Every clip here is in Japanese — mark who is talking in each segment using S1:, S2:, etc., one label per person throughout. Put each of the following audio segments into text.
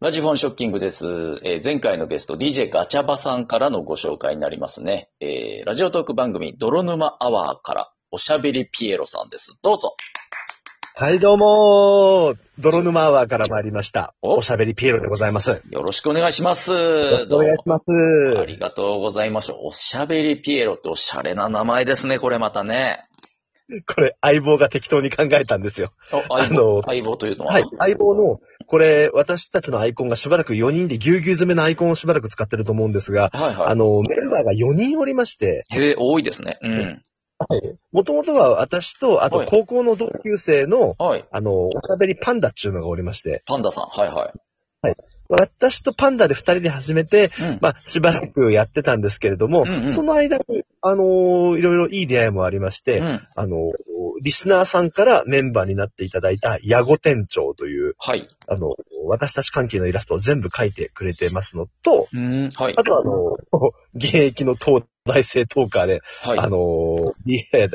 S1: ラジフォンショッキングです。えー前回のゲスト DJ ガチャバさんからのご紹介になりますね。えーラジオトーク番組泥沼アワーからおしゃべりピエロさんです。どうぞ。
S2: はい、どうもー泥沼アワーから参りました。
S1: お
S2: おしゃべりピエロでございます。よ
S1: よろしくお願いします。
S2: ろしく
S1: ど
S2: お
S1: う
S2: 願いし
S1: も。
S2: ます。
S1: ありがとうございました。おしゃべりピエロっておしゃれな名前ですね、これまたね。
S2: これ、相棒が適当に考えたんですよ。
S1: お相
S2: あの
S1: 棒相棒というのは、
S2: はい、相棒の、これ、私たちのアイコンがしばらく4人でぎゅうぎゅう詰めのアイコンをしばらく使ってると思うんですが、
S1: はいはい
S2: あの、メンバーが4人おりまして、
S1: へえ、多いですね。うん。
S2: もともとは私と、あ
S1: は
S2: と
S1: い
S2: 高校の同級生の、
S1: はい。
S2: あの、おしゃべりパンダっていうのがおりまして、
S1: パンダさん。はいは
S2: 私とパンダで2人で始めて、
S1: い。うん。
S2: まあ、しばらくやってたんですけれども、
S1: うんうん
S2: その間に、あのーいろいろいい出会いもありまして、
S1: うん。
S2: あのーリスナーさんからメンバーになっていただいた、ヤゴ店長という、
S1: はい。
S2: あの、私たち関係のイラストを全部描いてくれてますのと、
S1: うん。はい
S2: あ。とはあのー 現役の東大生トーカーで、
S1: はい。
S2: あのーいええ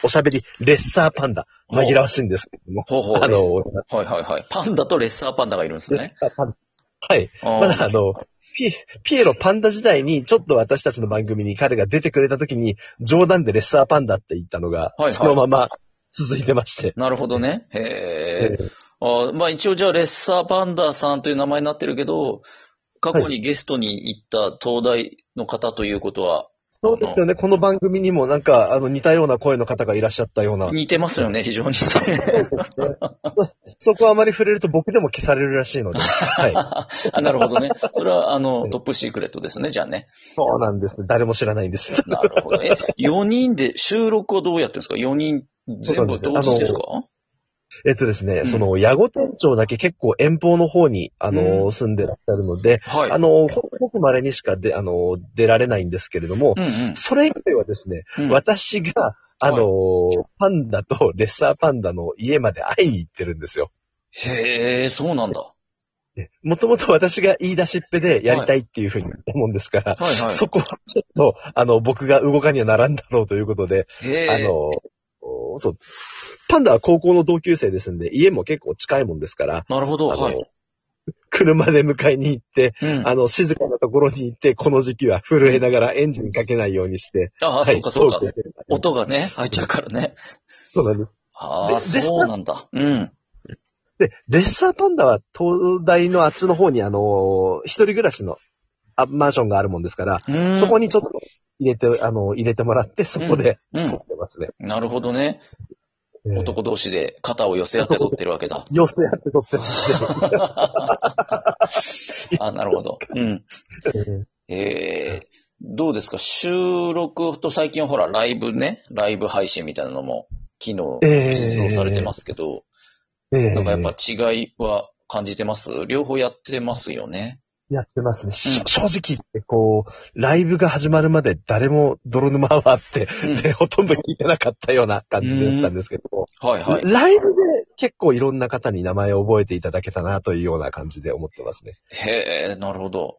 S2: ーおしゃべりレッサーパンダ、紛らわしいんですけども、
S1: ほうほう。
S2: あのー
S1: はいはいはい。パンダとレッサーパンダがいるんです
S2: レッ
S1: ね。
S2: サーパンダ、はい、
S1: ま
S2: まだあの、ピピエロパンダ時代に、ちょっと私たちの番組に彼が出てくれた時に、冗談でレッサーパンダって言ったのが、
S1: はいはい
S2: そのまま続いてまして。
S1: なるほどね。へえ。
S2: えー
S1: あまあ一応じゃあ、レッサーパンダさんという名前になってるけど、過去にゲストに行った東大の方ということは、
S2: そうですよね。この番組にもなんか、あの、似たような声の方がいらっしゃったような。
S1: 似てますよね、非常に。
S2: そこはあまり触れると僕でも消されるらしいので。 はい。
S1: あなるほどね。それは、あの、トップシークレットですね、じゃあね。
S2: そうなんです。誰も知らないんです。
S1: なるほど。え、4人で、収録はどうやってるんですか ?4 人全部同時ですか
S2: えっとです
S1: う
S2: ね、
S1: ん
S2: その、矢後店長だけ結構遠方の方に、あの、
S1: う
S2: 住んでらっしゃるので、
S1: はい。
S2: あの、ごく稀にしかで、あの、出られないんですけれども、
S1: うんうん
S2: それ以外はですね、
S1: うん。
S2: 私が、あのーパンダとレッサーパンダの家まで会いに行ってるんですよ。
S1: へえ、そうなんだ。
S2: もともと私が言い出しっぺでやりたいっていうふうに言ったもんですから、
S1: はいはい。
S2: そこはちょっと、あの、僕が動かにはならんだろうということで、
S1: へ
S2: あ
S1: え。
S2: のーそう、パンダは高校の同級生ですんで、家も結構近いもんですから、
S1: なるほど。
S2: あの
S1: はい。
S2: 車で迎えに行って、
S1: うん
S2: あの、静かなところに行って、この時期は震えながらエンジンかけないようにして、
S1: ああ、
S2: はい
S1: そうかそうか
S2: ト。ークを
S1: 音がね、入っちゃうからね。
S2: そうなんです。
S1: ああ、
S2: で
S1: そうなんだ。うん。
S2: で、レッサーパンダは東大のあっちの方にあのー一人暮らしのあマンションがあるもんですから、
S1: うん。
S2: そこにちょっと入れて、あのー入れてもらって、そこで
S1: う
S2: 撮
S1: ん。
S2: ってますね。
S1: なるほどね。
S2: えー
S1: 男同士で肩を寄せ合って撮ってるわけ だ。
S2: 寄せやって撮ってます、
S1: あなるほど。うん。
S2: ね。
S1: ええどうですか収録と最近はほら、ライブね、ライブ配信みたいなのも、昨日、
S2: えー
S1: 実装されてますけど、
S2: ええ
S1: なんかやっぱ違いは感じてます両方やってますよね。
S2: やってますね。し正直言って、こう、ライブが始まるまで誰も泥沼はあって、
S1: うん
S2: でほとんど聞いてなかったような感じだったんですけども、
S1: はいはい。
S2: ライブで結構いろんな方に名前を覚えていただけたなというような感じで思ってますね。
S1: へえ、なるほど。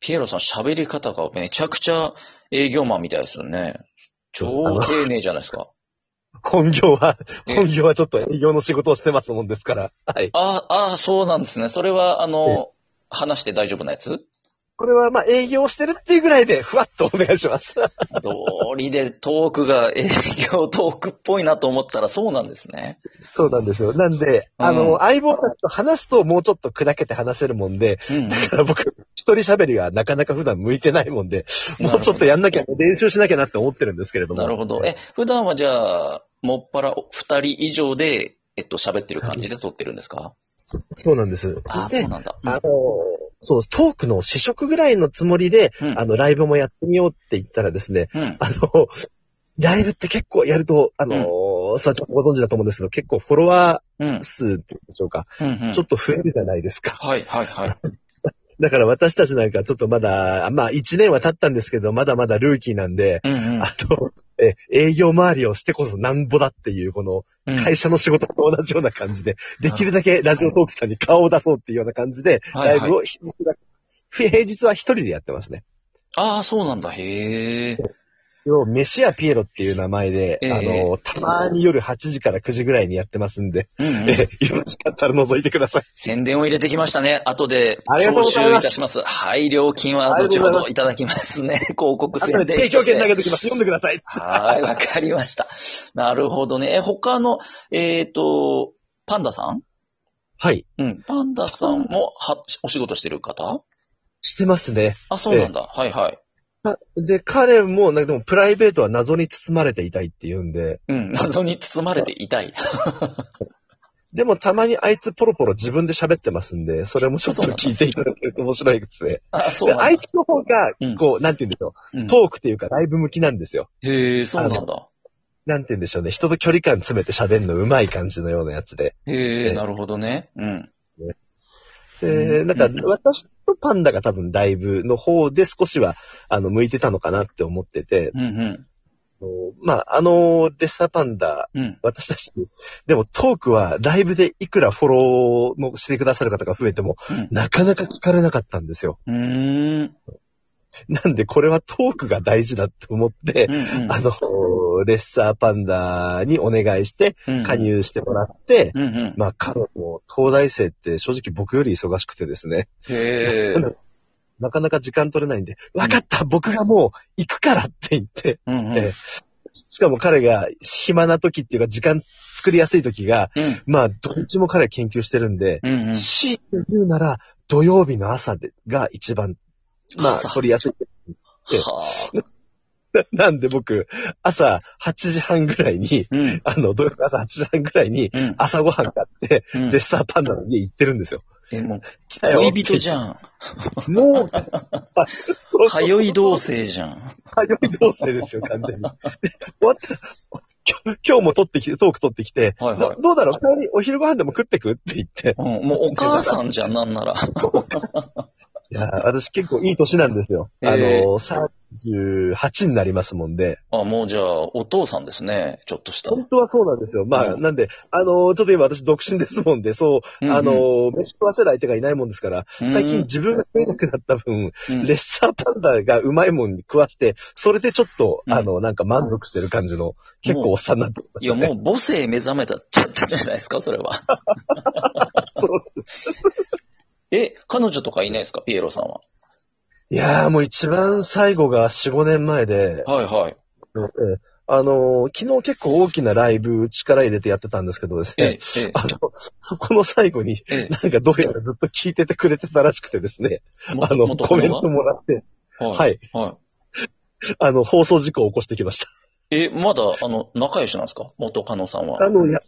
S1: ピエロさん喋り方がめちゃくちゃ営業マンみたいですよね。超丁寧じゃないです か。
S2: 本業は、
S1: え
S2: 本業はちょっと営業の仕事をしてますもんですから。はい。
S1: ああ、そうなんですね。それは、あの、話して大丈夫なやつ
S2: これはまあ営業してるっていうぐらいで、ふわっとお願い します。
S1: 通りでトークが営業トークっぽいなと思ったらそうなんですね。
S2: そうなんですよ。なんで、
S1: うん
S2: あの、相棒たちと話すともうちょっと砕けて話せるもんで、
S1: うん
S2: だから僕、一人喋りはなかなか普段向いてないもんで、 もうちょっとやんなきゃ、練習しなきゃなって思ってるんですけれども。
S1: なるほど。え、普段はじゃあ、もっぱら二人以上で、えっと、喋ってる感じで撮ってるんですか
S2: そうなんです。
S1: ああ、そう
S2: で、
S1: なんだ。
S2: あの、そう、トークの試食ぐらいのつもりで、
S1: うん
S2: あの、ライブもやってみようって言ったらですね、
S1: うん。
S2: あの、ライブって結構やると、あのーさあちょっとご存知だと思うんですけど、結構フォロワ
S1: うん
S2: ー。数って言うんでしょうか、
S1: うん。うん
S2: ちょっと増えるじゃないですか。
S1: はい、はい、はい。
S2: だから私たちなんかちょっとまだ、まあ1年は経ったんですけど、まだまだルーキーなんで、
S1: うん、うん
S2: あの、え、営業周りをしてこそなんぼだっていう、この
S1: うん。
S2: 会社の仕事と同じような感じで、できるだけラジオトークさんに顔を出そうっていうような感じで、
S1: はいはい
S2: ライブをひ、平日は一人でやってますね。
S1: ああ、そうなんだ。へえ。
S2: を飯屋ピエロっていう名前で、
S1: ええ
S2: あの、たまに夜8時から9時ぐらいにやってますんで、
S1: うんうん
S2: ええ よろしかったら覗いてください。
S1: 宣伝を入れてきましたね。後で、
S2: ありがとうござ
S1: 徴
S2: います
S1: 収いたします。はい、料金は後ほどいただきます ね。広告
S2: あと
S1: 宣
S2: で
S1: 伝
S2: 提
S1: と
S2: 供
S1: して
S2: 権投げときます。読んでください。
S1: はい、わかりました。なるほどね。え、他の、えっ、と、パンダさん
S2: はい。
S1: うん。パンダさんも、は、お仕事してる方
S2: してますね。
S1: あ、そうなんだ。はいはい。
S2: あで、彼も、なんかでもプライベートは謎に包まれていたいって言うんで、
S1: うん。 謎に包まれていたい。
S2: でもたまにあいつポロポロ自分で喋ってますんで、それもちょっと聞いていただけると面白いですね。
S1: あ、そう
S2: で、
S1: な
S2: あ
S1: ん
S2: い
S1: だ。
S2: つの方が
S1: うん、
S2: こう、なんて言うんでしょ
S1: うん
S2: う、トークっていうかライブ向きなんですよ。
S1: へえ、そうなんだ。
S2: なんて言うんでしょうね、人と距離感詰めて喋るの上手い感じのようなやつで。
S1: へえ、
S2: え
S1: なるほどね。うん。う
S2: で、
S1: ん
S2: なんか
S1: うん、
S2: 私とパンダが多分ライブの方で少しは、あの、向いてたのかなって思ってて、
S1: うんうん。
S2: あのまあ、あの、レッサーパンダ、
S1: うん。
S2: 私たち、でもトークはライブでいくらフォローもしてくださる方が増えても、
S1: うん
S2: なかなか聞かれなかったんですよ。
S1: うーん。
S2: なんでこれはトークが大事だって思って
S1: う、ん
S2: あの、レッサーパンダにお願いして
S1: うん。
S2: 加入してもらって、
S1: うんうん。
S2: まあ彼も東大生って正直僕より忙しくてですね、
S1: へえ。
S2: なかなか時間取れないんで、わかった僕がもう行くからって言って、
S1: うんうん。
S2: えしかも彼が暇な時っていうか時間作りやすい時が、
S1: うん。
S2: まあ土日も彼は研究してるんで、
S1: うんうん。
S2: 強いて言うなら、土曜日の朝でが一番、まあ、
S1: 朝
S2: 取りやすい。え
S1: はあ。
S2: なんで僕、朝8時半ぐらいに、
S1: うん。
S2: あの、土曜日の朝8時半ぐらいに、
S1: うん。
S2: 朝ごはん買って、
S1: うん
S2: レッサーパンダの家行ってる んですよ。
S1: え、もう、
S2: たよ
S1: 恋人じゃ ん。
S2: もう、そうそう
S1: 通い同棲じゃん。
S2: 通い同棲ですよ、完全に。で終わったら今日今日も取ってきて、トーク取ってきて、
S1: はいはい
S2: どどうだろう二人お昼ご飯でも食ってくって言って。
S1: うん、もうお母さんじゃん、なん なら。
S2: いやー、私結構いい年なんですよ。あ
S1: え
S2: のー、38になりますもんで。
S1: あ、もうじゃあ、お父さんですね。ちょっとした。
S2: 本当はそうなんですよ。まあ、
S1: うん
S2: なんで、あのーちょっと今私独身ですもんで、そう、あのー飯食わせる相手がいないもんですから、
S1: うん
S2: 最近自分が食えなくなった分、
S1: うん、うん
S2: レッサーパンダがうまいもんに食わして、それでちょっと、
S1: うん
S2: あの、なんか満足してる感じの、結構おっさんになってきま
S1: い
S2: した
S1: や、
S2: ね。
S1: もう母性目覚めたっちゃったじゃないですか、それ は。
S2: そう
S1: え、彼女とかいないですか、ピエロさんは。
S2: いやーもう一番最後が4、5年前で、
S1: はいはい。
S2: えーあのー昨日結構大きなライブ力入れてやってたんですけどですね、
S1: え、え、
S2: あの、そこの最後に、
S1: え、
S2: なんかどうやらずっと聞いててくれてたらしくてですね、
S1: も
S2: あの、
S1: 元
S2: コ
S1: カ
S2: メン
S1: ノ
S2: トもらって、
S1: がは。
S2: はいい。
S1: は
S2: あの、放送事故を起こしてきました。
S1: い。え、まだ、あの、仲良しなんですか元カノさんは。
S2: あの、いや、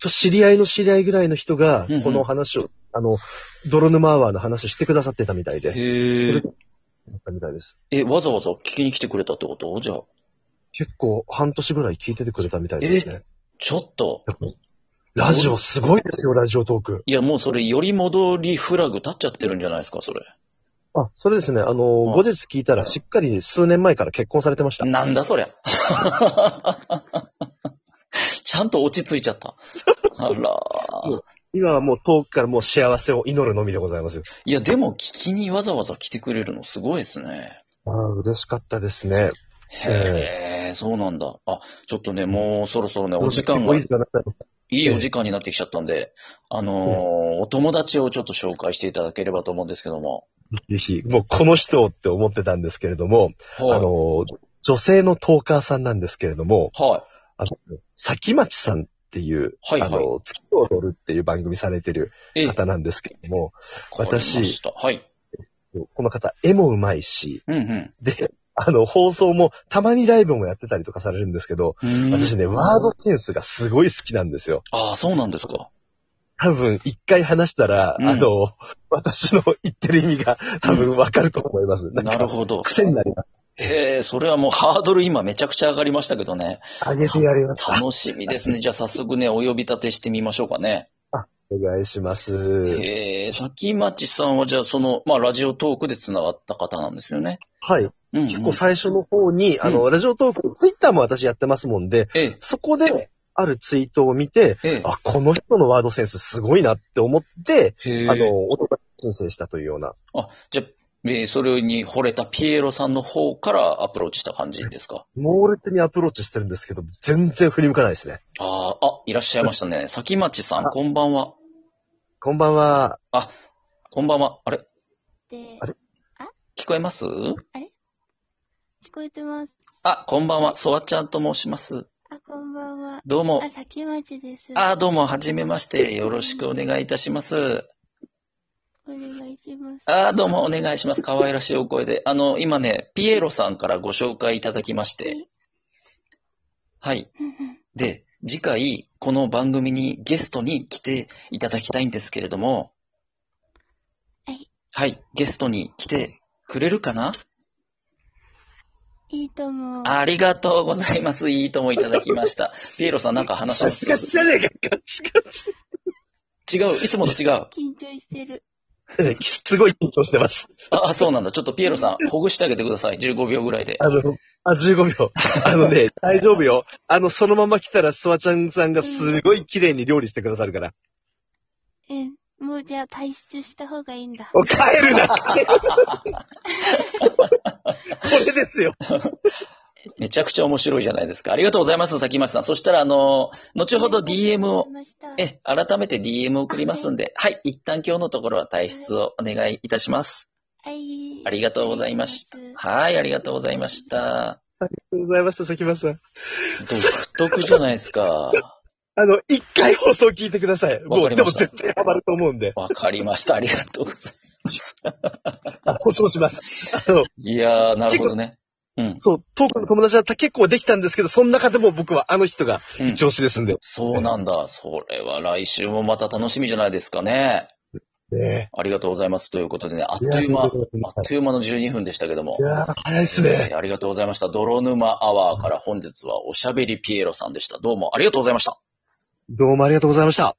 S2: と知り合いの知り合いぐらいの人が
S1: うんうん、
S2: この話を、あの、泥沼アワーの話してくださってたみたいで、
S1: へえ。
S2: だったみたいです。
S1: え、わざわざ聞きに来てくれたってことじゃあ。
S2: 結構、半年ぐらい聞いててくれたみたいですね。
S1: ちょっと。
S2: ラジオすごいですよ、ラジオトーク。
S1: いや、もうそれ、より戻りフラグ立っちゃってるんじゃないですか、それ。
S2: あ、それですね、あの、
S1: ん
S2: 後日聞いたら、しっかり数年前から結婚されてました。
S1: なんだそりゃ。 ちゃんと落ち着いちゃった。あら。
S2: 今はもう遠くからもう幸せを祈るのみでございますよ。
S1: いや、でも聞きにわざわざ来てくれるのすごいですね。
S2: ああ、嬉しかったですね。
S1: へえ、そうなんだ。あ、ちょっとね、もうそろそろね、お時間
S2: も
S1: が
S2: うい
S1: い
S2: いですかなんか
S1: いお時間になってきちゃったんで、あのーお友達をちょっと紹介していただければと思うんですけども。
S2: ぜひ、もうこの人をって思ってたんですけれども、あ
S1: は
S2: の、女性のトーカーさんなんですけれども、
S1: い。は
S2: あの、先町さんっていう、
S1: はいはい
S2: あの、月を踊るっていう番組されてる
S1: い。え、わか
S2: 方なんですけれども、
S1: りました。はい。
S2: この方、絵もうまいし、
S1: うんうん。
S2: で、あの、放送も、たまにライブもやってたりとかされるんですけど、
S1: うーん
S2: 私ね、ワードセンスがすごい好きなんですよ。
S1: ああ、そうなんですか。
S2: 多分、一回話したら、
S1: うん
S2: あの、私の言ってる意味が多分わかると思います。
S1: なるほど。
S2: 癖になります。
S1: へえ、それはもうハードル今めちゃくちゃ上がりましたけどね。
S2: あげてやります。
S1: 楽しみです ね。じゃあ早速ね、お呼び立てしてみましょうかね。
S2: お願いします。
S1: えー、先町さんはじゃあその、まあラジオトークで繋がった方なんですよね。
S2: はい。
S1: うん、うん。
S2: 結構最初の方に、あ
S1: う
S2: の、ラジオトーク、ツイッターも私やってますもんで、
S1: ええ、
S2: そこで、あるツイートを見て、
S1: ええ、
S2: あ、この人のワードセンスすごいなって思って、
S1: へえ
S2: あの、お友達申請したというような。
S1: あ、じゃあ、えーそれに惚れたピエロさんの方からアプローチした感じですか
S2: 猛烈にアプローチしてるんですけど、全然振り向かないですね。
S1: ああ、あ、いらっしゃいましたね。先町さん、こんばんは。
S2: こんばんは。
S1: こんばんは。あれ
S3: で、
S2: あれ
S1: 聞こえます
S3: 聞こえてます。
S1: あ、こんばんは。ソワちゃんと申します。
S3: あ、こんばんは。
S1: どうも
S3: あ、。先町です。
S1: あ、どうも、はじめまして。よろしくお願いいたします。
S3: お願いします。
S1: あ、どうも、お願いします。可愛らしいお声で。あの、今ね、ピエロさんからご紹介いただきまして。はい。
S3: うんうん
S1: で、次回、この番組にゲストに来ていただきたいんですけれども。
S3: はい。
S1: はい、ゲストに来てくれるかない
S3: いとも。
S1: ありがとうございます。いいともいただきました。ピエロさんなんか話し
S2: ガ
S1: ま
S2: チ
S1: す
S2: ガチじゃねえか。ガチガチ。
S1: 違う、いつもと違う。
S3: 緊張してる。
S2: すごい緊張してます。
S1: あ、あそうなんだ。ちょっとピエロさん、ほぐしてあげてください。15秒ぐらいで。
S2: あの、あ、15秒。あのね、大丈夫よ。あの、そのまま来たら、スワちゃんさんがすごい綺麗に料理してくださるから。
S3: え、もうじゃあ退出した方がいいんだ。
S2: お、帰るなこれですよ。
S1: めちゃくちゃ面白いじゃないですか。ありがとうございます、先町さん。そしたら、あの、後ほど DM を、
S3: え、
S1: え、改めて DM を送りますんで、はい、一旦今日のところは退出をお願いいたします。
S3: はい。
S1: ありがとうございました
S3: ありがとうございま。
S1: はい、ありがとうございました。
S2: ありがとうございました、関間さん。
S1: 独特じゃないですか。
S2: あの、一回放送聞いてください。
S1: わ
S2: も
S1: か
S2: う、
S1: り
S2: で
S1: ま
S2: も
S1: した
S2: 絶対ハマると思うんで。
S1: わかりました。ありがとうございます。
S2: あ保証します。あの、
S1: いやー、なるほどね。うん。
S2: そう、トークの友達だった結構できたんですけど、その中でも僕はあの人が
S1: うん
S2: 一押しですんで。
S1: そうなんだ。それは来週もまた楽しみじゃないですかね。
S2: ね
S1: ありがとうございます。ということでね、あっ
S2: え
S1: という間、あっ
S2: い
S1: という間の12分でしたけども。
S2: やー早いっすね。
S1: えーありがとうございました。泥沼アワーから本日はおしゃべりピエロさんでした。どうもありがとうございました。
S2: どうもありがとうございました。